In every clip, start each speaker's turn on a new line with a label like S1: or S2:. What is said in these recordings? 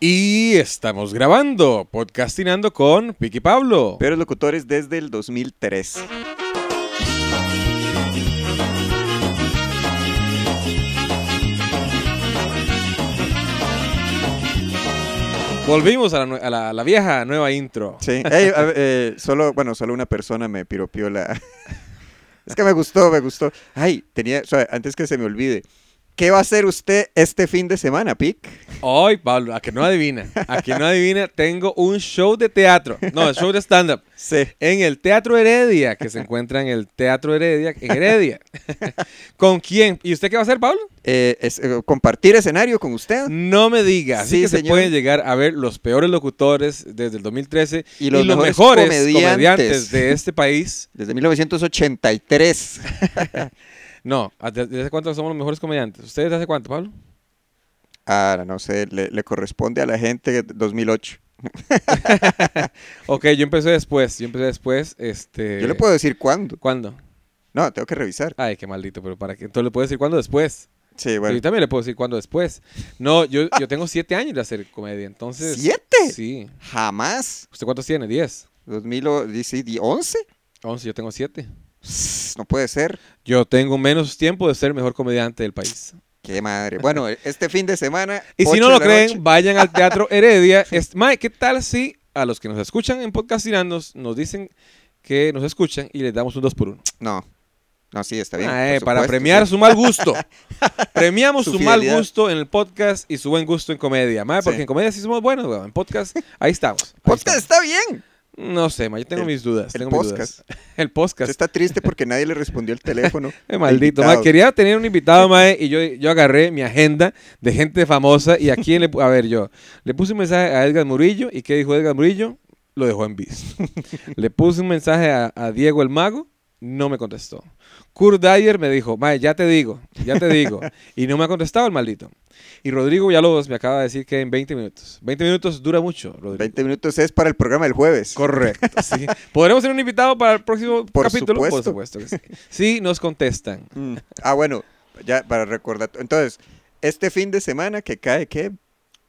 S1: Y estamos grabando, podcastinando con Piqui Pablo.
S2: Pero locutores desde el 2003.
S1: Volvimos a la, nue- a la- a la vieja nueva intro.
S2: Sí. Ey, a ver, eh, solo, bueno, solo una persona me piropió la. Es que me gustó, me gustó. Ay, tenía, o sea, antes que se me olvide, ¿qué va a hacer usted este fin de semana, Pic?
S1: Hoy, Pablo, a que no adivina, a que no adivina, tengo un show de teatro. No, show de stand-up.
S2: Sí.
S1: En el Teatro Heredia, que se encuentra en el Teatro Heredia, en Heredia. ¿Con quién? ¿Y usted qué va a hacer, Pablo?
S2: es, eh, compartir escenario con usted
S1: No me diga. Así
S2: Sí,
S1: que se
S2: señor.
S1: pueden llegar a ver los peores locutores desde el 2013
S2: Y los mejores
S1: comediantes.
S2: comediantes.
S1: de este país.
S2: desde 1983.
S1: No, ¿desde hace cuánto somos los mejores comediantes? ¿Ustedes hace cuánto, Pablo?
S2: Ahora, no sé, le, le corresponde a la gente que- 2008.
S1: Ok, yo empecé después. Yo empecé después. Este...
S2: Yo le puedo decir cuándo.
S1: ¿Cuándo?
S2: No, tengo que revisar.
S1: Ay, qué maldito, pero para qué. Entonces le puedo decir cuándo después.
S2: Sí,
S1: Y
S2: bueno.
S1: también le puedo decir cuándo después. No, yo, yo tengo siete años de hacer comedia, entonces.
S2: ¿Siete?
S1: Sí.
S2: Jamás.
S1: ¿Usted cuántos tiene? ¿Diez?
S2: 2011.
S1: Once, yo tengo siete.
S2: No puede ser.
S1: Yo tengo menos tiempo de ser el mejor comediante del país.
S2: Qué madre. Bueno, este fin de semana.
S1: Y si
S2: ocho
S1: no
S2: de
S1: lo
S2: la
S1: creen,
S2: noche.
S1: vayan al Teatro Heredia. Es, mae, ¿qué tal si a los que nos escuchan en Podcastinandos nos dicen que nos escuchan y les damos un 2 por 1
S2: No. No, sí, está bien.
S1: Mae,
S2: por
S1: Ah, eh, para
S2: supuesto,
S1: premiar
S2: sí.
S1: su mal gusto. Premiamos su,
S2: Su
S1: mal
S2: fidelidad.
S1: gusto en el podcast y su buen gusto en comedia. Mae, porque
S2: Sí.
S1: en comedia sí somos buenos, weón. En podcast, ahí estamos. ahí
S2: Podcast
S1: estamos.
S2: está bien.
S1: No sé, mae, yo tengo
S2: El-
S1: mis dudas.
S2: el
S1: tengo mis dudas. El podcast.
S2: Usted está triste porque nadie le respondió el teléfono.
S1: Eh, maldito, mae,
S2: Invitados.
S1: quería tener un invitado, mae, y yo, yo agarré mi agenda de gente famosa y a quién le... pu- A ver, yo le puse un mensaje a Edgar Murillo y ¿qué dijo Edgar Murillo? Lo dejó en bis. le puse un mensaje a, a Diego el Mago, no me contestó. Kurt Dyer me dijo, mae, ya te digo, ya te digo. y no me ha contestado el maldito. Y Rodrigo Villalobos me acaba de decir que en 20 minutos. 20 minutos dura mucho, Rodrigo.
S2: 20 minutos es para el programa del jueves.
S1: Correcto, sí. ¿Podremos tener un invitado para el próximo
S2: Por
S1: capítulo?
S2: supuesto.
S1: Por supuesto que sí. Sí, nos contestan.
S2: Mm. Ah, bueno, ya para recordar. Entonces, este fin de semana que cae, ¿qué?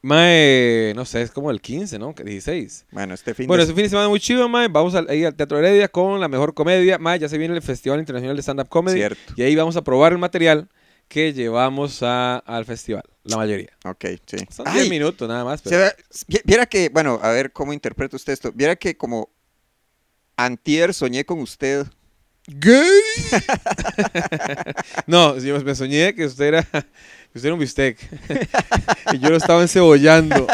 S1: Mae, no sé, es como el 15, ¿no? Que 16.
S2: Bueno, este fin
S1: Bueno,
S2: de
S1: es un fin de semana muy chido, Mae. Vamos al- ahí al Teatro Heredia con la mejor comedia. Mae, ya se viene el Festival Internacional de Stand-Up Comedy.
S2: Cierto.
S1: Y ahí vamos a probar el material que llevamos a- al festival, la mayoría.
S2: Ok, sí.
S1: Son 10
S2: Ay,
S1: minutos nada más.
S2: se
S1: Pero...
S2: ve- vi- viera que, bueno, a ver cómo interpreta usted esto. Viera que como antier soñé con usted.
S1: ¿Gay? no, yo me soñé que usted era, que usted era un bistec. y yo lo estaba encebollando.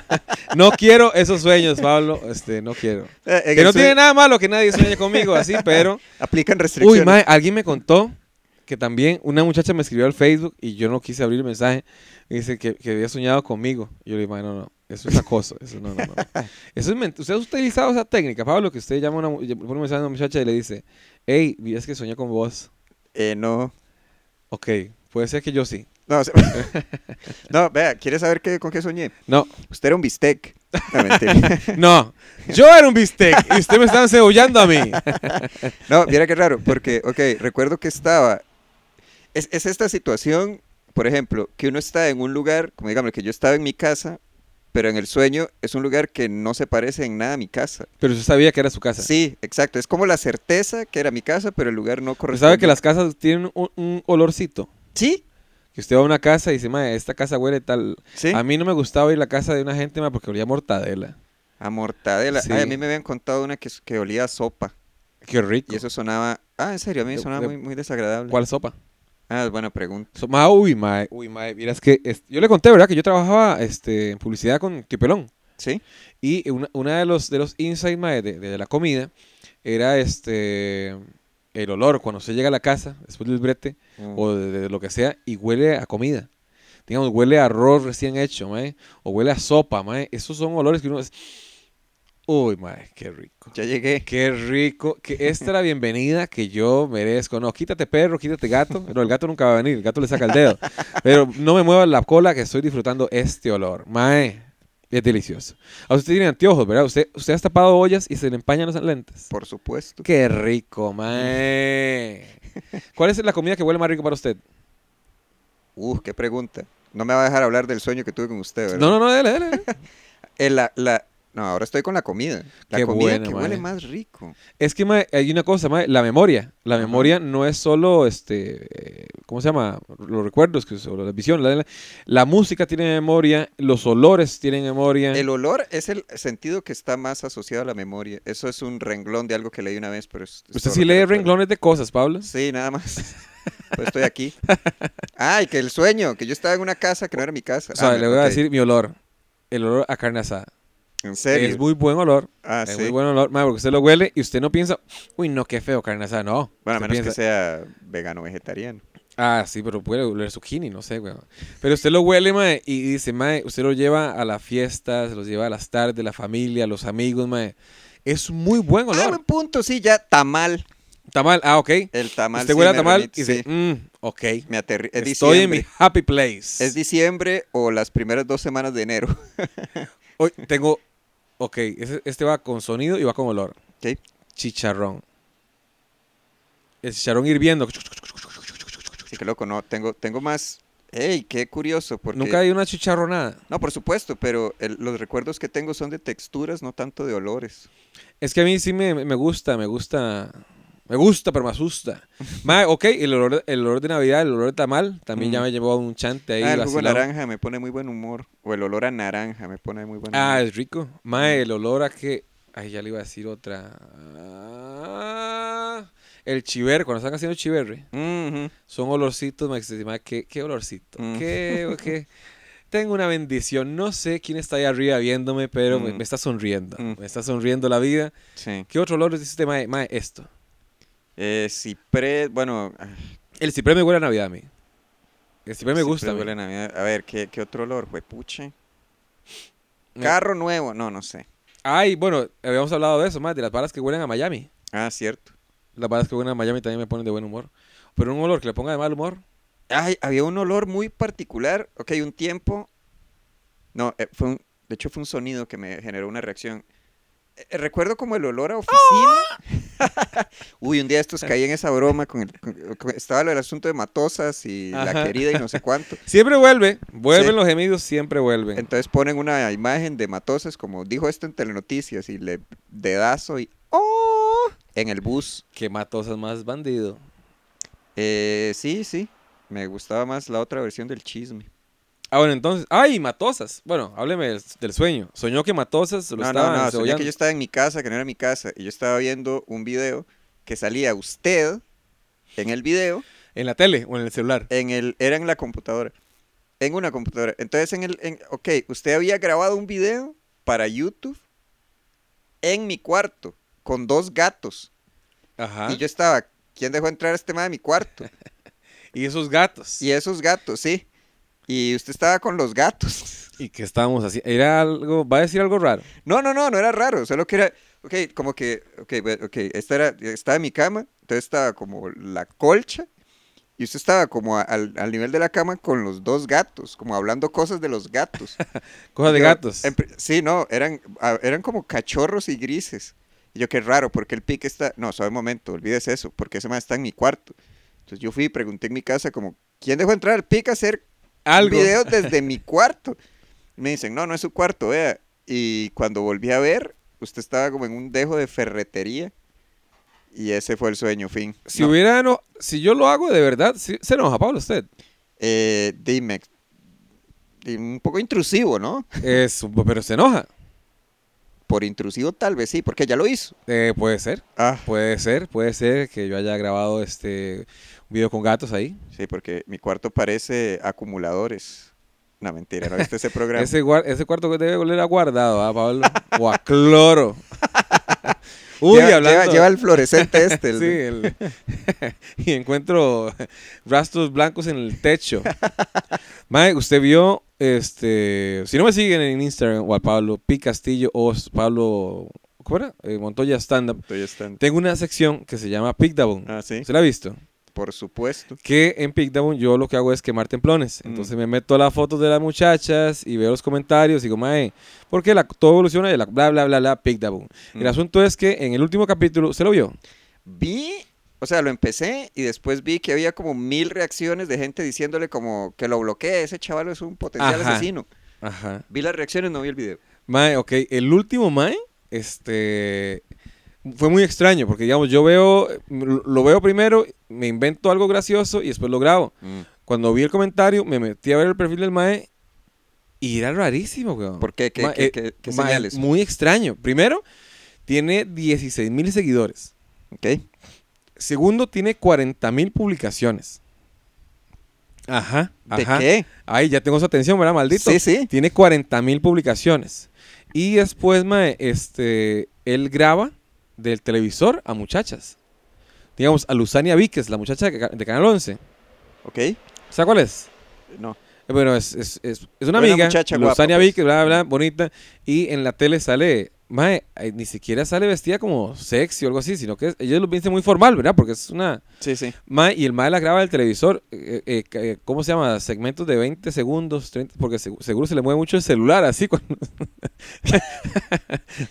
S1: no quiero esos sueños, Pablo. Este, no quiero.
S2: Eh, en
S1: Que
S2: el
S1: no
S2: sue-
S1: tiene nada malo que nadie sueñe conmigo así, pero...
S2: Aplican restricciones.
S1: Uy, mae, alguien me contó que también una muchacha me escribió al Facebook y yo no quise abrir el mensaje. Y dice que, que había soñado conmigo. Y yo le dije, mae, no, no, eso es acoso. Eso no, no, no. Eso es ment- usted ha utilizado esa técnica, Pablo, que usted llama a una, mu- pone un mensaje a una muchacha y le dice, hey, vi- es que soñé con vos.
S2: Eh, no.
S1: Ok, puede ser que yo sí.
S2: No, o sea- no, vea, ¿quiere saber qué, con qué soñé?
S1: No,
S2: Usted era un bistec. No, mentira.
S1: no, yo era un bistec y usted me está cebollando a mí.
S2: No, mira qué raro, porque, ok, recuerdo que estaba. Es, es esta situación, por ejemplo, que uno está en un lugar, como digamos, que yo estaba en mi casa, pero en el sueño es un lugar que no se parece en nada a mi casa.
S1: Pero usted sabía que era su casa.
S2: Sí, exacto. Es como la certeza que era mi casa, pero el lugar no
S1: Pero
S2: corresponde.
S1: sabe que las casas tienen un, un olorcito.
S2: Sí,
S1: Que usted va a una casa y dice, mae, esta casa huele tal,
S2: sí.
S1: A mí no me gustaba ir a la casa de una gente más porque olía a mortadela.
S2: A mortadela.
S1: Sí.
S2: Ay, a mí me habían contado una que, que olía a sopa.
S1: Qué rico.
S2: Y eso sonaba. Ah, en serio, a mí
S1: De-
S2: sonaba
S1: de-
S2: muy, muy desagradable.
S1: ¿Cuál sopa?
S2: Ah, es buena pregunta.
S1: So- ma, uy, mae, uy, mae. Mira, es que es- yo le conté, ¿verdad? Que yo trabajaba este, en publicidad con Tipelón.
S2: Sí,
S1: Y una, una de los, de los insights, mae, de, de la comida era este el olor cuando se llega a la casa después del brete
S2: Oh,
S1: o de, de lo que sea y huele a comida. Digamos, huele a arroz recién hecho, mae. O huele a sopa, mae. Esos son olores que uno... es- Uy, mae, qué rico.
S2: ya llegué.
S1: Qué rico, que esta es la bienvenida que yo merezco. No, quítate perro, quítate gato. No, el gato nunca va a venir, el gato le saca el dedo. Pero no me muevas la cola que estoy disfrutando este olor. Mae, es delicioso. A usted tiene anteojos, ¿verdad? Usted, usted ha tapado ollas y se le empañan los lentes.
S2: Por supuesto.
S1: Qué rico, mae. ¿Cuál es la comida que huele más rico para usted?
S2: Uh, qué pregunta. No me va a dejar hablar del sueño que tuve con usted, ¿verdad?
S1: No, no, no, dale, dale. dale.
S2: Eh, la, la- no, ahora estoy con la comida. La
S1: Qué
S2: comida
S1: buena,
S2: que
S1: mae.
S2: huele más rico.
S1: Es que mae, hay una cosa, mae, la memoria. La
S2: Ajá.
S1: memoria no es solo, este, eh, ¿cómo se llama? Los recuerdos, que, o la visión. La, la- la música tiene memoria, los olores tienen memoria.
S2: El olor es el sentido que está más asociado a la memoria. Eso es un renglón de algo que leí una vez, pero es- es
S1: Usted
S2: todo
S1: sí
S2: lo que
S1: lee
S2: recuerdo.
S1: renglones de cosas, Pablo.
S2: Sí, nada más. Pues estoy aquí. Ay, que el sueño, que yo estaba en una casa que no era mi casa.
S1: O sea,
S2: Ah,
S1: le voy a
S2: ok.
S1: decir mi olor. El olor a carne asada.
S2: En serio.
S1: Es muy buen olor.
S2: ah,
S1: es
S2: sí.
S1: muy
S2: Bueno,
S1: buen olor, mae, porque usted lo huele y usted no piensa, uy, no, qué feo carne asada, no.
S2: a
S1: Usted
S2: menos que
S1: piensa,
S2: sea vegano vegetariano.
S1: Ah, sí, pero puede oler zucchini, no sé, güey. Pero usted lo huele, mae, y dice, mae, usted lo lleva a las fiestas, los lleva a las tardes, la familia, los amigos, mae. Es muy buen
S2: Ah,
S1: olor.
S2: buen punto, sí, ya tamal.
S1: tamal, ah, ok.
S2: El tamal.
S1: usted
S2: sí,
S1: huele a
S2: me
S1: tamal
S2: remite,
S1: y dice,
S2: sí.
S1: mmm, ok.
S2: Me aterri- es
S1: Estoy en
S2: diciembre.
S1: mi happy place.
S2: Es diciembre o las primeras dos semanas de enero.
S1: Hoy tengo, ok, ese- este va con sonido y va con olor.
S2: Ok.
S1: Chicharrón. El chicharrón hirviendo.
S2: Así que loco, no, tengo, tengo más. ¡Ey, qué curioso! Porque...
S1: Nunca hay una chicharronada.
S2: No, por supuesto, pero el- los recuerdos que tengo son de texturas, no tanto de olores.
S1: Es que a mí sí me, me gusta, me gusta. Me gusta, pero me asusta. Ma, ok, el olor, el olor de Navidad, el olor de tamal, también
S2: Mm.
S1: ya me llevó a un chante ahí.
S2: ah, el jugo de
S1: vacilón.
S2: naranja me pone muy buen humor. O el olor a naranja me pone muy buen humor.
S1: Ah, es rico. Ma, el olor a que. Ay, ya le iba a decir otra. Ah, el chiver, cuando están haciendo chiverre.
S2: Ujú.
S1: Son olorcitos, ma, que se- ma, qué, qué olorcito.
S2: Mm.
S1: Qué, qué- Tengo una bendición. No sé quién está ahí arriba viéndome, pero me,
S2: Mm.
S1: me está sonriendo.
S2: Mm.
S1: Me está sonriendo la vida.
S2: Sí.
S1: ¿Qué otro olor dice usted, ma? ma, esto.
S2: Eh, ciprés, bueno. ah,
S1: El ciprés me huele a Navidad a mí. El ciprés me gusta.
S2: ciprés
S1: a mí.
S2: huele a Navidad. A ver, ¿qué, qué otro olor? Huepuche.
S1: Me-
S2: Carro nuevo, no, no sé.
S1: Ay, bueno, habíamos hablado de eso, más de las balas que huelen a Miami.
S2: Ah, cierto.
S1: Las balas que huelen a Miami también me ponen de buen humor. Pero un olor que le ponga de mal humor.
S2: Ay, había un olor muy particular. Ok, un tiempo. No, eh, fue un- de hecho fue un sonido que me generó una reacción. Eh, eh, recuerdo como el olor a oficina.
S1: ¡Oh!
S2: Uy, un día estos caí en esa broma. Con el- con- con- estaba lo del asunto de Matosas y
S1: Ajá.
S2: la querida y no sé cuánto.
S1: Siempre vuelve. Vuelven
S2: Sí.
S1: los gemidos, siempre vuelven.
S2: Entonces ponen una imagen de Matosas, como dijo esto en Telenoticias, y le dedazo y ¡Oh! En el bus.
S1: Qué matosas más bandido.
S2: Eh, sí, sí. Me gustaba más la otra versión del chisme.
S1: Ah, bueno, entonces. ¡Ay, matosas! Bueno, hábleme del, del sueño. Soñó que matosas se lo
S2: No,
S1: estaba
S2: no, no, soñé que yo estaba en mi casa, que no era mi casa, y yo estaba viendo un video que salía usted en el video,
S1: en la tele o en el celular.
S2: en el, era en la computadora, en una computadora. Entonces, en el, en- ok, usted había grabado un video para YouTube en mi cuarto, con dos gatos,
S1: Ajá.
S2: y yo estaba, ¿quién dejó entrar a este tema de mi cuarto?
S1: Y esos gatos.
S2: Y esos gatos, sí, y usted estaba con los gatos.
S1: ¿Y qué estábamos haciendo? Era algo. Va a decir algo raro.
S2: No, no, no, no era raro, solo que era, ok, como que, ok, bu- ok, esta era, estaba en mi cama, entonces estaba como la colcha, y usted estaba como a- al, al nivel de la cama con los dos gatos, como hablando cosas de los gatos.
S1: Cosas de
S2: Yo,
S1: gatos.
S2: en pri- sí, no, eran, a- eran como cachorros y grises. Y yo, qué raro, porque el pique está, no, sabe un momento, olvídese eso, porque ese más está en mi cuarto. Entonces yo fui y pregunté en mi casa como, ¿quién dejó entrar al pique a hacer
S1: Algo.
S2: videos desde mi cuarto. Me dicen, no, no es su cuarto, vea. Y cuando volví a ver, usted estaba como en un dejo de ferretería. Y ese fue el sueño, fin.
S1: Si
S2: No,
S1: hubiera no, si yo lo hago de verdad, sí- se enoja Pablo usted.
S2: eh, dime, y un poco intrusivo, ¿no?
S1: Es, pero se enoja.
S2: Por intrusivo tal vez sí, porque ya lo hizo.
S1: Eh, puede ser,
S2: Ah,
S1: puede ser, puede ser que yo haya grabado este un video con gatos ahí.
S2: sí, porque mi cuarto parece acumuladores. No, mentira, no viste ese programa.
S1: Ese, guar- ese cuarto que debe oler a guardado, ¿ah, Pablo? O a cloro. Uy,
S2: lleva,
S1: hablando.
S2: lleva- lleva el fluorescente este. el-
S1: Sí, el- y encuentro rastros blancos en el techo. Mae, usted vio, este, si no me siguen en Instagram o a Pablo P. Castillo o s- Pablo, ¿cómo era? Eh, Montoya Stand Up.
S2: Estoy estando-
S1: Tengo una sección que se llama Pick the Bone.
S2: Ah, sí,
S1: ¿Usted la ha visto?
S2: por supuesto.
S1: que en Pickdown yo lo que hago es quemar templones.
S2: Mm.
S1: Entonces me meto a las fotos de las muchachas y veo los comentarios y digo, mae, porque la, todo evoluciona y la bla, bla, bla, bla, Pickdown. El
S2: Mm.
S1: asunto es que en el último capítulo, ¿se lo vio?
S2: Vi o sea, lo empecé y después vi que había como mil reacciones de gente diciéndole como que lo bloquee, ese chaval es un potencial
S1: Ajá.
S2: asesino.
S1: Ajá.
S2: Vi las reacciones, no vi el video.
S1: Mae, ok, el último Mae, este, fue muy extraño, porque digamos, yo veo, lo veo primero, me invento algo gracioso y después lo grabo. Cuando vi el comentario, me metí a ver el perfil del Mae y era rarísimo, weón.
S2: ¿Por qué? ¿Qué,
S1: Ma-
S2: qué-
S1: eh,
S2: qué- qué
S1: ma-
S2: señales?
S1: Muy extraño. Primero, tiene 16 mil seguidores.
S2: Ok.
S1: Segundo, tiene 40 mil publicaciones. Ajá,
S2: ¿De
S1: ajá.
S2: qué?
S1: Ay, ya tengo su atención, ¿verdad, maldito?
S2: Sí, sí.
S1: Tiene 40 mil publicaciones. Y después, mae, este, él graba del televisor a muchachas. Digamos, a Luzania Víquez, la muchacha de Ca- de Canal 11.
S2: Ok.
S1: ¿Sabes cuál es?
S2: No.
S1: Eh, Bueno, es, es, es, es una
S2: Buena
S1: amiga,
S2: muchacha, guapa,
S1: Luzania
S2: pues.
S1: Víquez, bla, bla, bonita. Y en la tele sale, mae, ay, ni siquiera sale vestida como sexy o algo así, sino que es- ella lo viste muy formal, ¿verdad? Porque es una...
S2: Sí, sí.
S1: Mae, y el mae la graba del televisor, eh, eh, eh, ¿cómo se llama? Segmentos de 20 segundos, 30, porque segu- seguro se le mueve mucho el celular, así, cuando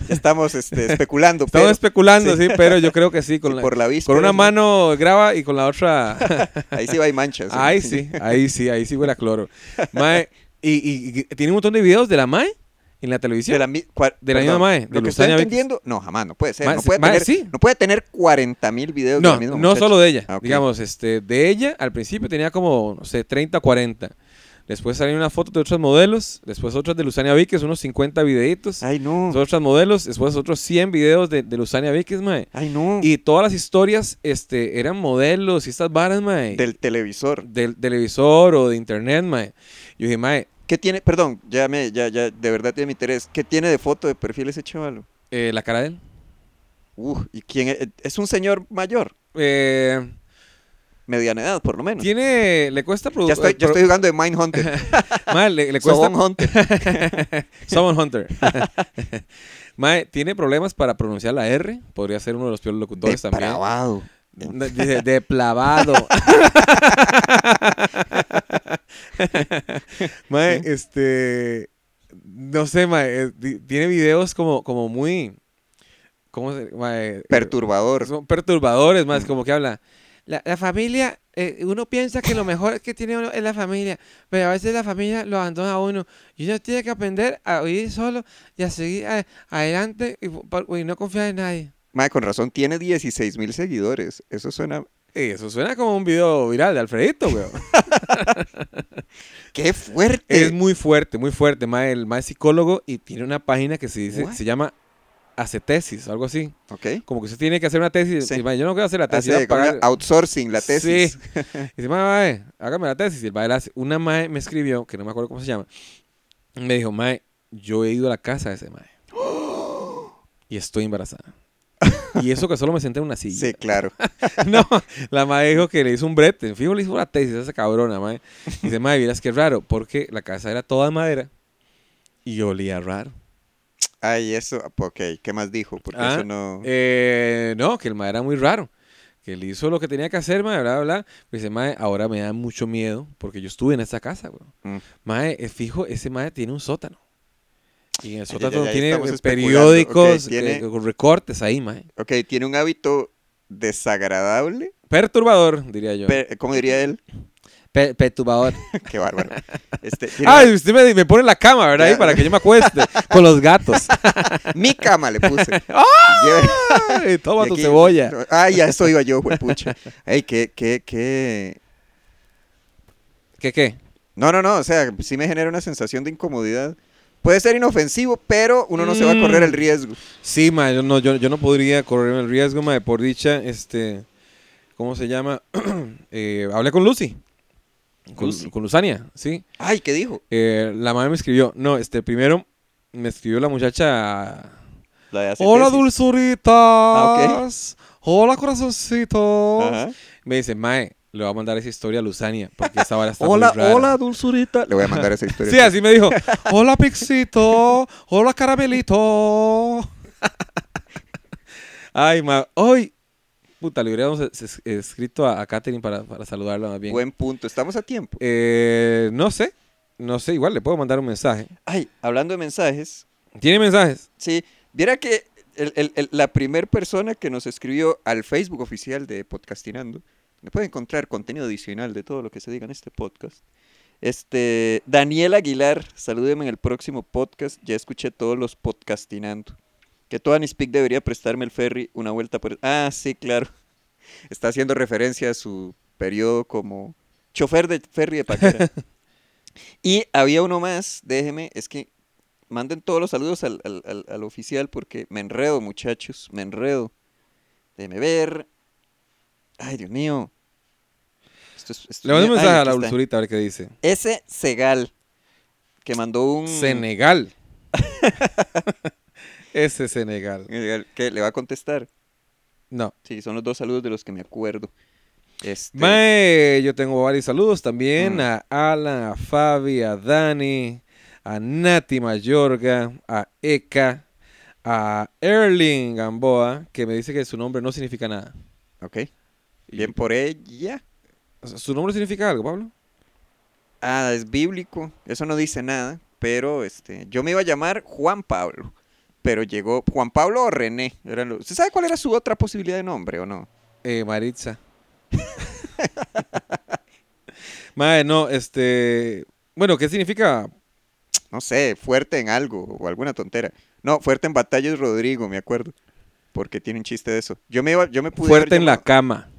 S2: Estamos este, especulando.
S1: estamos
S2: pero-
S1: especulando, sí. pero yo creo que sí, con,
S2: sí,
S1: la-
S2: por la vista.
S1: con una
S2: sí.
S1: mano graba y con la otra...
S2: Ahí sí va y manchas.
S1: Ahí sí, ahí sí, ahí sí huele a cloro. Mae, y, y- y tiene un montón de videos de la Mae en la televisión.
S2: De la, mi- cua-
S1: De la
S2: perdón,
S1: misma mae, de
S2: Lo que
S1: Luzania Víquez.
S2: estoy entendiendo, no, jamás, no puede ser.
S1: Mae,
S2: no,
S1: sí,
S2: puede
S1: mae,
S2: tener,
S1: sí.
S2: no puede tener 40 mil videos
S1: No,
S2: del mismo
S1: no
S2: muchacho.
S1: solo de ella.
S2: Ah, ok.
S1: Digamos, este, de ella al principio tenía como, no sé, 30, 40. Después salieron unas fotos de otros modelos, después otras de Luzania Víquez, unos 50 videitos,
S2: Ay, no.
S1: después otras modelos, después otros 100 videos de, de Luzania Víquez, mae.
S2: Ay, no.
S1: Y todas las historias este, eran modelos y estas varas, mae.
S2: Del televisor.
S1: del televisor o de internet, mae. Yo dije, mae,
S2: ¿Qué tiene? Perdón, ya me, ya, ya, de verdad tiene mi interés. ¿Qué tiene de foto de perfil ese chaval?
S1: eh, la cara de él.
S2: Uf, ¿y quién es? Es un señor mayor,
S1: Eh,
S2: mediana edad, por lo menos.
S1: tiene, le cuesta
S2: Ya
S1: producir.
S2: estoy, ya estoy jugando de Mindhunter.
S1: le, le cuesta
S2: Sobón Hunter.
S1: Summon Hunter. Mae, tiene problemas para pronunciar la R. Podría ser uno de los peores locutores
S2: Depravado.
S1: también. No, Dice, deplavado. mae, este. No sé, mae. eh, di- Tiene videos como, como muy. ¿Cómo se mae?
S2: Perturbador.
S1: Son perturbadores, más como que habla. La, la familia, eh, uno piensa que lo mejor que tiene uno es la familia, pero a veces la familia lo abandona a uno y uno tiene que aprender a vivir solo y a seguir a- adelante y, po- por- y no confiar en nadie.
S2: Mae, con razón, tiene 16 mil seguidores. Eso suena.
S1: eso suena como un video viral de Alfredito, weón.
S2: ¡Qué fuerte!
S1: es muy fuerte, muy fuerte. Mae, el mae es psicólogo y tiene una página que se, dice,
S2: What?
S1: se llama Hace Tesis, algo así.
S2: Ok.
S1: Como que usted tiene que hacer una tesis.
S2: Sí.
S1: y el mae, yo no quiero hacer la tesis. voy
S2: Hace
S1: a
S2: como
S1: pagar-
S2: outsourcing la tesis.
S1: Sí. Y dice, mae, mae, hágame la tesis. Y el mae la hace. Una mae me escribió, que no me acuerdo cómo se llama. y Me dijo, mae, yo he ido a la casa de ese mae. Y estoy embarazada. Y eso que solo me senté en una
S2: Sí,
S1: silla.
S2: claro.
S1: No, la mae dijo que le hizo un brete. En fijo le hizo una tesis a esa cabrona, mae. Y dice, mae, vieras qué raro, porque la casa era toda de madera y olía raro.
S2: Ay, eso. Ok, ¿qué más dijo? Porque
S1: Ah,
S2: eso no.
S1: Eh, no, que el mae era muy raro. Que él hizo lo que tenía que hacer, mae, bla, bla, bla. Me dice, mae, ahora me da mucho miedo porque yo estuve en esta casa, weón.
S2: Mm.
S1: Mae, eh, fijo, ese mae tiene un sótano. Y en el
S2: ya, ya,
S1: sótano
S2: ya
S1: tiene
S2: estamos
S1: eh,
S2: especulando.
S1: periódicos,
S2: Ok, tiene-
S1: eh, con recortes ahí, mae.
S2: Ok, tiene un hábito desagradable.
S1: Perturbador, diría yo.
S2: Pero, ¿Cómo diría él?
S1: Pe- perturbador.
S2: Qué bárbaro. Este, tiene-
S1: Ay, usted me, me pone la cama, ¿verdad? Ahí
S2: Ya.
S1: para que yo me acueste con los gatos.
S2: Mi cama le puse.
S1: Ay, toma tu
S2: aquí-
S1: Ah, cebolla.
S2: no, Ay, ya eso iba yo, pucha. Ay, qué, qué, qué.
S1: ¿Qué, qué?
S2: No, no, no. O sea, sí me genera una sensación de incomodidad. Puede ser inofensivo, pero uno no se va a correr
S1: Mm.
S2: el riesgo.
S1: Sí, ma, yo no, yo, yo no podría correr el riesgo, ma, por dicha, este, ¿cómo se llama? Eh, hablé con Lucy, con,
S2: Lucy.
S1: con Luzania, ¿sí?
S2: Ay, ¿qué dijo?
S1: Eh, la madre me escribió, no, este, primero me escribió la muchacha,
S2: La de hace
S1: hola
S2: tesis.
S1: dulzuritas, Ah, hola corazoncitos,
S2: Ajá.
S1: me dice, mae, le voy a mandar esa historia a Luzania, porque esa vara está
S2: Hola,
S1: muy rara.
S2: hola, dulzurita. Le voy a mandar esa historia.
S1: Sí, así me dijo, hola Pixito, hola Caramelito. Ay, ma, hoy, puta, le hubiéramos es- es- escrito a, a Katherine para, para saludarla más bien.
S2: Buen punto. Estamos a tiempo.
S1: Eh, no sé, no sé, igual le puedo mandar un mensaje.
S2: Ay, hablando de mensajes,
S1: ¿Tiene mensajes?
S2: sí. Viera que el- el- el- la primera persona que nos escribió al Facebook oficial de Podcastinando, donde puede encontrar contenido adicional de todo lo que se diga en este podcast. Este, Daniel Aguilar, salúdeme en el próximo podcast. Ya escuché todos los podcastinando. Que toda Speak debería prestarme el ferry una vuelta por. Ah, sí, claro. Está haciendo referencia a su periodo como chofer de ferry de Paquera. y había uno más, déjeme, es que manden todos los saludos al, al- al- al oficial porque me enredo, muchachos, me enredo. Déjeme ver. Ay, Dios mío. Esto es- esto
S1: Le
S2: es
S1: mando un
S2: mío. Ay,
S1: mensaje a
S2: aquí
S1: la
S2: está.
S1: Ursulita a ver qué dice.
S2: Ese Segal, que mandó un...
S1: Senegal. Ese Senegal.
S2: Segal, Que le va a contestar.
S1: No.
S2: Sí, son los dos saludos de los que me acuerdo. Este,
S1: Mae, yo tengo varios saludos también
S2: Mm.
S1: a Alan, a Fabi, a Dani, a Nati Mayorga, a Eka, a Erling Gamboa, que me dice que su nombre no significa nada.
S2: Ok, bien por ella.
S1: O sea, ¿Su nombre significa algo, Pablo?
S2: Ah, es bíblico. Eso no dice nada, pero este, yo me iba a llamar Juan Pablo. Pero llegó Juan Pablo o René. eran los- ¿Usted sabe cuál era su otra posibilidad de nombre o no?
S1: Eh, Maritza. Mae, no, este. Bueno, ¿qué significa?
S2: No sé, fuerte en algo o alguna tontera. No, fuerte en batalla es Rodrigo, me acuerdo. Porque tiene un chiste de eso. Yo me, iba, yo me pude haber
S1: Fuerte en la
S2: llamado-
S1: cama.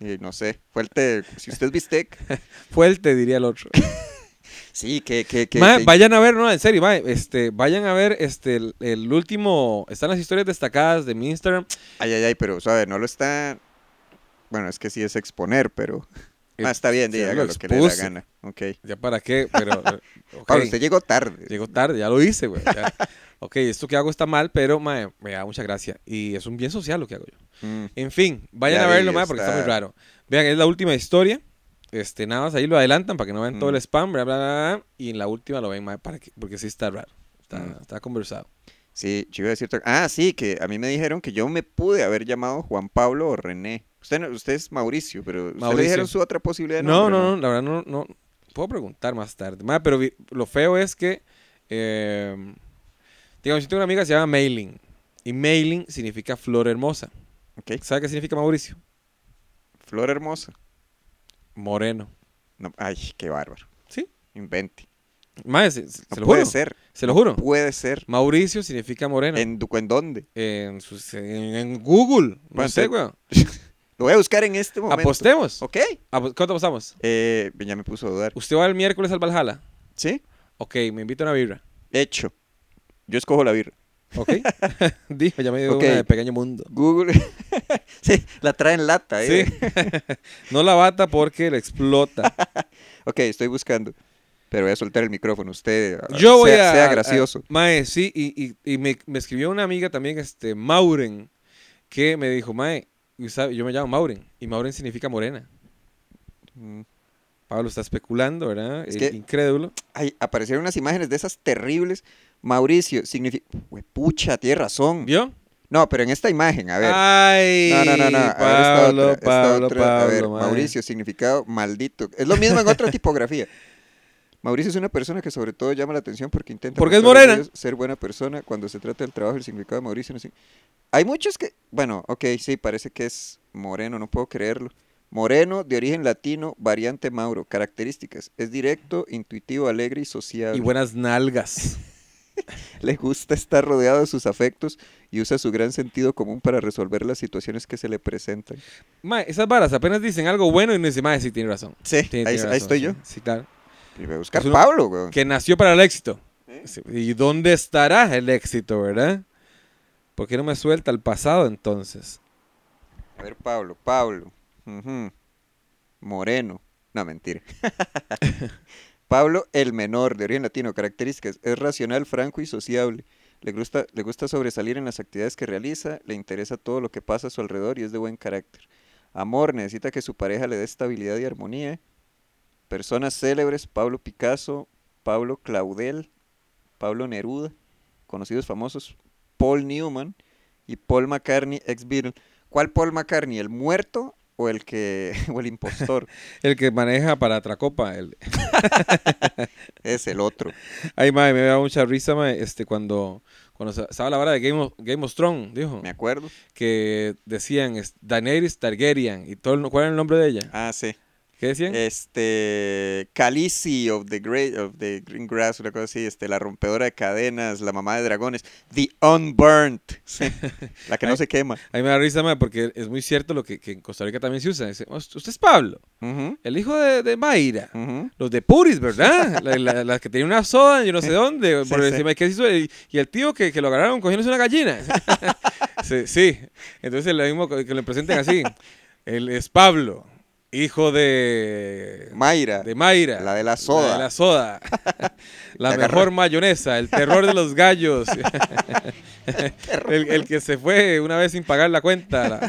S2: eh, no sé, fuerte. Si usted es bistec.
S1: Fuerte, diría el otro.
S2: Sí, que. que, que-
S1: Mae,
S2: que-
S1: vayan a ver, no, en serio, mae, este, vayan a ver este el, el último, están las historias destacadas de mi Instagram.
S2: Ay, ay, ay, pero, ¿sabe? No lo está. Bueno, es que sí es exponer, pero.
S1: Eh,
S2: Ah, está bien,
S1: sí,
S2: diga
S1: lo
S2: haga lo que le dé la
S1: expuse.
S2: gana. Ok.
S1: Ya para qué, pero eh, ok,
S2: Pablo, usted llegó tarde.
S1: llegó tarde, ya lo hice, güey. ya. Ok, esto que hago está mal, pero mae, me da mucha gracia y es un bien social lo que hago yo.
S2: Mm,
S1: En fin, vayan
S2: Ya
S1: a verlo,
S2: vi,
S1: mae, porque está... muy
S2: está-
S1: raro. Vean, es la última historia. Este, nada más ahí lo adelantan para que no vean todo
S2: Mm.
S1: el spam, bla, bla, bla, bla, y en la última lo ven, mae, para que, porque sí está raro. Está,
S2: Mm.
S1: está conversado.
S2: Sí, yo iba a decir. otra- Ah, sí, que a mí me dijeron que yo me pude haber llamado Juan Pablo o René. Usted, no- usted es Mauricio, pero ¿usted le
S1: Mauricio.
S2: dijeron su otra posibilidad de
S1: No,
S2: nombre,
S1: no, no, la verdad no, no. Puedo preguntar más tarde. Ma, pero vi- lo feo es que, eh, digamos, yo tengo una amiga que se llama Mailing. Y Mailing significa flor hermosa.
S2: Ok.
S1: ¿Sabe qué significa Mauricio?
S2: Flor hermosa.
S1: Moreno.
S2: No, ay, qué bárbaro.
S1: ¿Sí?
S2: Invente.
S1: Ma, se, se-
S2: No
S1: se lo
S2: puede
S1: juro.
S2: ser.
S1: Se lo juro.
S2: Puede ser.
S1: Mauricio significa moreno. En,
S2: ¿En, du- ¿En dónde?
S1: sus- en- en Google. No
S2: Bueno,
S1: sé,
S2: te-
S1: weón.
S2: Lo voy a buscar en este
S1: Ah,
S2: momento.
S1: Apostemos.
S2: Ok.
S1: Apo- ¿Cuánto apostamos?
S2: Eh, ya me puso a dudar.
S1: Usted va el miércoles al Valhalla.
S2: ¿Sí?
S1: Ok, me invita a una birra.
S2: Hecho. Yo escojo la birra.
S1: Ok. Dijo, ya me dio
S2: Ok.
S1: una de pequeño mundo.
S2: Google. sí, la traen lata, ¿eh?
S1: Sí. no la bata porque le explota.
S2: Ok, estoy buscando. Pero voy a soltar el micrófono. Usted a-
S1: Yo voy
S2: sea,
S1: a.
S2: sea
S1: a-
S2: gracioso.
S1: mae, sí, y, y- y me, me escribió una amiga también, este, Mauren, que me dijo, Mae, y sabe, yo me llamo Mauren, y Mauren significa morena.
S2: Mm.
S1: Pablo está especulando, ¿verdad?
S2: Es
S1: Eh,
S2: que-
S1: Incrédulo.
S2: Ay, aparecieron unas imágenes de esas terribles. Mauricio, significa. Pucha, tiene razón.
S1: ¿Vio?
S2: No, pero en esta imagen, Mm. a ver.
S1: Ay,
S2: no, no, no, no. A ver, esta
S1: Pablo,
S2: otra, esta
S1: Pablo,
S2: otra. A ver,
S1: Pablo, mae.
S2: Mauricio, significado maldito. Es lo mismo en otra tipografía. Mauricio es una persona que sobre todo llama la atención porque intenta
S1: Porque es
S2: mostrar a
S1: morena.
S2: ellos ser buena persona cuando se trata del trabajo, el significado de Mauricio. no sé. Hay muchos que, bueno, ok, sí, parece que es moreno, no puedo creerlo. Moreno, de origen latino, variante Mauro. Características, es directo, intuitivo, alegre y sociable.
S1: Y buenas nalgas.
S2: Le gusta estar rodeado de sus afectos y usa su gran sentido común para resolver las situaciones que se le presentan.
S1: Mae, esas varas apenas dicen algo bueno y no dicen, Mae, sí, tiene razón.
S2: Sí,
S1: Sí, tiene
S2: ahí,
S1: razón,
S2: ahí estoy
S1: sí.
S2: yo.
S1: Sí, Pues claro.
S2: Y voy a buscar
S1: Es un-
S2: Pablo, weón.
S1: que nació para el éxito. Sí, ¿Y dónde estará el éxito, verdad? ¿Por qué no me suelta el pasado entonces?
S2: A ver, Pablo, Pablo. Ujú. Moreno. No, mentira. Pablo el menor, de origen latino, características. Es racional, franco y sociable. Le gusta, le gusta sobresalir en las actividades que realiza, le interesa todo lo que pasa a su alrededor y es de buen carácter. Amor, necesita que su pareja le dé estabilidad y armonía. Personas célebres, Pablo Picasso, Pablo Claudel, Pablo Neruda, conocidos famosos, Paul Newman y Paul McCartney, ex Beatle. ¿Cuál Paul McCartney? ¿El muerto o el que o el impostor
S1: El que maneja para Tracopa. El...
S2: es el otro.
S1: Ay, madre, me da mucha risa, mae, este, cuando, cuando se- estaba la vara de Game of, Game of Thrones, dijo.
S2: ¿Me acuerdo?
S1: Que decían es, Daenerys Targaryen. y todo el- ¿Cuál era el nombre de ella?
S2: Ah, sí.
S1: ¿Qué decían?
S2: Eh. Este Khaleesi of the Great of the Green Grass, una cosa así, este la rompedora de cadenas, la mamá de dragones, the unburnt, sí, la que no se quema.
S1: A mí me da risa, mae, porque es muy cierto lo que, que en Costa Rica también se usa. Dice, usted es Pablo,
S2: Ujú,
S1: el hijo de, de Mayra.
S2: ujú.
S1: Los de Puris, ¿verdad? La- la- Las que tenían una soda, en yo no sé dónde.
S2: Sí,
S1: por
S2: sí.
S1: encima, ¿qué hizo? Y, y el tío que, que lo agarraron cogiéndose una gallina. sí, sí. Entonces, lo mismo que que le presenten así. Él es Pablo, hijo de.
S2: Mayra.
S1: De Mayra.
S2: La de la soda.
S1: La de la soda. la
S2: La agarré.
S1: mejor mayonesa, el terror de los gallos. el, el que se fue una vez sin pagar la cuenta. La, la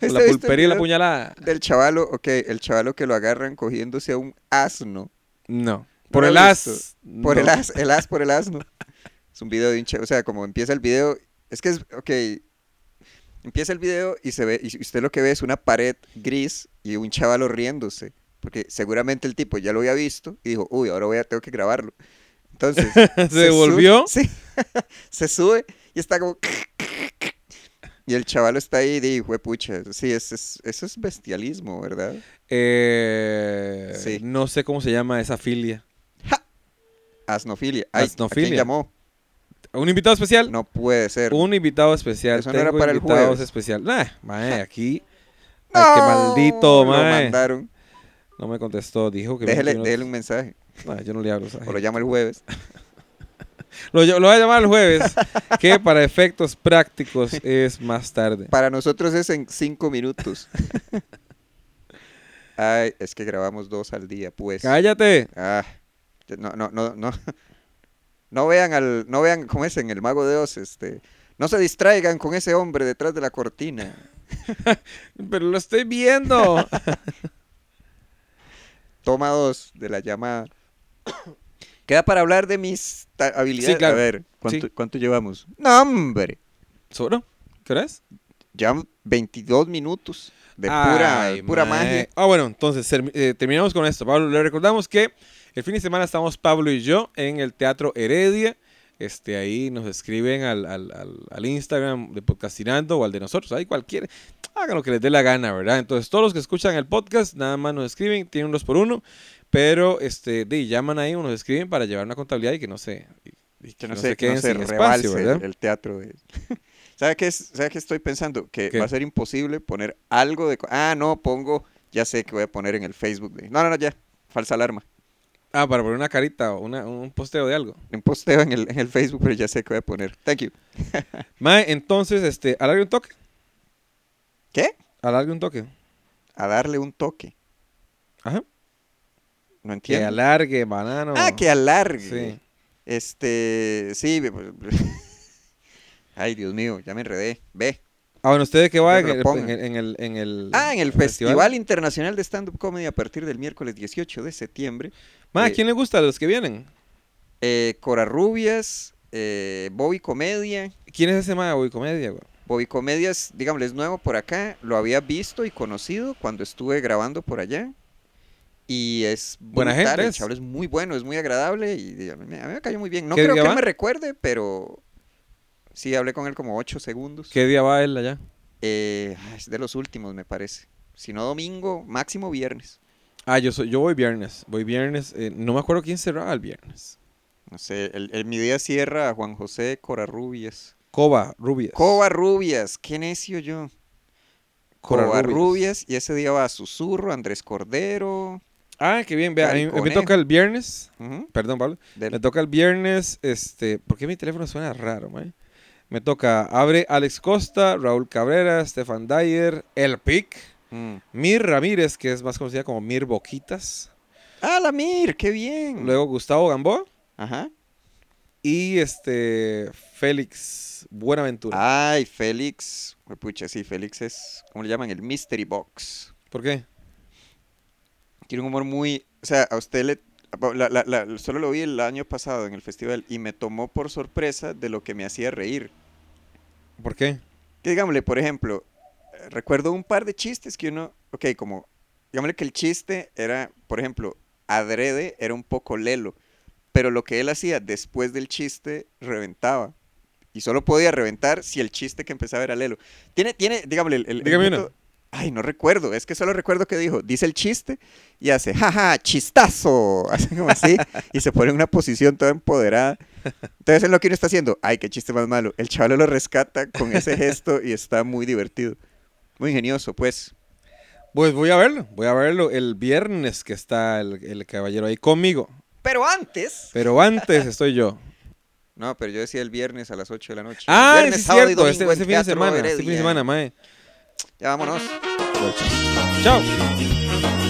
S2: ¿Viste el
S1: pulpería y la
S2: video
S1: puñalada.
S2: Del chavalo, ok, el chavalo que lo agarran cogiéndose a un asno.
S1: No. Por
S2: lo
S1: el
S2: he
S1: as.
S2: Por el
S1: no.
S2: as, el as por el asno. Es un video de un chavo, o sea, como empieza el video, es que es, ok, empieza el video y se ve, y usted lo que ve es una pared gris y un chavalo riéndose, porque seguramente el tipo ya lo había visto y dijo, uy, ahora voy a, tengo que grabarlo. Entonces,
S1: Se volvió.
S2: sube- sí, se sube y está como... Y el chavalo está ahí y dijo, pucha, sí, eso es, eso es bestialismo, ¿verdad?
S1: Eh,
S2: Sí.
S1: No sé cómo se llama esa filia.
S2: Asnofilia. Ay, ¿A quién
S1: Asnofilia.
S2: llamó?
S1: ¿Un invitado especial?
S2: No puede ser.
S1: Un invitado especial.
S2: Eso no era
S1: Tengo
S2: para el
S1: invitados
S2: jueves.
S1: especial. Nah, mae, aquí.
S2: No,
S1: Ay, qué maldito,
S2: lo
S1: mae.
S2: mandaron.
S1: No me contestó. Dijo que.
S2: Déjele,
S1: 20 minutos.
S2: déjele un mensaje.
S1: Nah, yo no le hablo. esa
S2: O lo
S1: gente.
S2: llama el jueves.
S1: Lo, ll- lo voy a llamar el jueves, que para efectos prácticos es más tarde.
S2: Para nosotros es en cinco minutos. Ay, es que grabamos dos al día, pues.
S1: Cállate.
S2: Ah, yo- no, no, no, no. No vean al, no vean cómo es en el mago de Oz, este. No se distraigan con ese hombre detrás de la cortina.
S1: Pero lo estoy viendo.
S2: Toma dos de la llamada. Queda para hablar de mis ta- habilidades.
S1: claro.
S2: A ver,
S1: ¿cuánto-
S2: llevamos? No, hombre.
S1: ¿Solo? ¿Qué hora es?
S2: Ya 22 minutos de
S1: Ay,
S2: pura, pura
S1: mae.
S2: magia.
S1: Ah, bueno, entonces termi- eh, terminamos con esto. Pablo, le recordamos que el fin de semana estamos Pablo y yo en el Teatro Heredia. Este, ahí nos escriben al, al- al- al Instagram de Podcastinando o al de nosotros, ahí cualquiera. Hagan lo que les dé la gana, ¿verdad? Entonces, todos los que escuchan el podcast, nada más nos escriben, tienen un 2 por uno, pero este, de, llaman ahí o nos escriben para llevar una contabilidad y que no se, y- y
S2: Que no, sé, que no
S1: queden
S2: se
S1: sin
S2: rebalse
S1: espacio,
S2: el-
S1: ¿verdad?
S2: el teatro. De... ¿Sabe, qué es- sabe qué estoy pensando? Que
S1: ¿Qué?
S2: va a ser imposible poner algo de... co- Ah, no, pongo... Ya sé que voy a poner en el Facebook. de- No, no, no, ya. Falsa alarma.
S1: Ah, para poner una carita o una- un posteo de algo.
S2: Un posteo en el, en el Facebook, pero ya sé que voy a poner. Thank you.
S1: Mae, entonces, este, alargue un toque.
S2: ¿Qué?
S1: Alargue un toque.
S2: A darle un toque.
S1: Ajá.
S2: No
S1: Que
S2: entiendo.
S1: alargue, banano.
S2: Ah, que alargue.
S1: Sí.
S2: Este... Sí. me- Ay, Dios mío, ya me enredé. Ve.
S1: Ah, bueno, ustedes que va en
S2: Pero
S1: el,
S2: ponga.
S1: en, el, en el- en el-
S2: Ah, en el Festival, Internacional de Stand-Up Comedy a partir del miércoles 18 de septiembre.
S1: Mae,
S2: Eh,
S1: ¿quién le gusta de los que vienen?
S2: Eh, Cora Rubias, eh, Bobby Comedia.
S1: ¿Quién es ese mae, Bobby Comedia, güey?
S2: Bobby Comedia, es, digámosle, es nuevo por acá. Lo había visto y conocido cuando estuve grabando por allá. Y es
S1: Buena
S2: brutal,
S1: gente
S2: el
S1: es.
S2: chaval es muy bueno, es muy agradable y di- a mí, a mí me cayó muy bien. No
S1: ¿Qué
S2: creo que
S1: día
S2: él
S1: va?
S2: me recuerde, pero sí hablé con él como 8 segundos.
S1: ¿Qué día va él allá?
S2: Eh, ay, es de los últimos, me parece. Si no domingo, máximo viernes.
S1: Ah, yo, soy, yo voy viernes. Voy viernes. eh, no me acuerdo quién cerraba el viernes.
S2: No sé, el, el- mi día cierra a Juan José Corarrubias.
S1: Coba, Rubias.
S2: Covarrubias, qué necio yo.
S1: Covarrubias.
S2: Covarrubias, y ese día va a Susurro, Andrés Cordero.
S1: Ah, qué bien. Vea, a mí- a mí me
S2: Cariconé.
S1: toca el viernes.
S2: ujú,
S1: Perdón, Pablo.
S2: del-
S1: Me toca el viernes, este, ¿por qué mi teléfono suena raro, mae? Me toca Abre Alex Costa, Raúl Cabrera, Stefan Dyer, El Pic,
S2: mm.
S1: Mir Ramírez, que es más conocida como Mir Boquitas,
S2: Ah, la Mir, qué bien.
S1: luego Gustavo Gamboa
S2: Ajá.
S1: y este Félix Buenaventura.
S2: Ay, Félix. Uy, Pucha, sí, Félix es, ¿cómo le llaman? El Mystery Box.
S1: ¿Por qué?
S2: Tiene un humor muy, o sea, a usted le... la- la- la- solo lo vi el año pasado en el festival y me tomó por sorpresa de lo que me hacía reír.
S1: ¿Por qué?
S2: Que digámosle, por ejemplo, recuerdo un par de chistes que uno, ok, como, digámosle que el chiste era, por ejemplo, adrede era un poco lelo, pero lo que él hacía después del chiste reventaba. Y solo podía reventar si el chiste que empezaba era lelo. Tiene, tiene, digámosle, el, el- el
S1: Dígame uno.
S2: punto- Ay, no recuerdo, es que solo recuerdo que dijo, dice el chiste y hace, jaja, chistazo, hace como así, y se pone en una posición toda empoderada. Entonces es lo que uno está haciendo, ay, qué chiste más malo. El chaval lo rescata con ese gesto y está muy divertido, muy ingenioso, pues.
S1: Pues voy a verlo, voy a verlo el viernes que está el, el caballero ahí conmigo.
S2: Pero antes...
S1: Pero antes estoy yo.
S2: No, pero yo decía el viernes a las 8 de la noche.
S1: Ah,
S2: viernes,
S1: es
S2: sábado y
S1: cierto, este,
S2: domingo en
S1: este fin de
S2: Teatro
S1: semana, este
S2: Heredia.
S1: fin de semana, mae.
S2: Ya vámonos.
S1: Chao.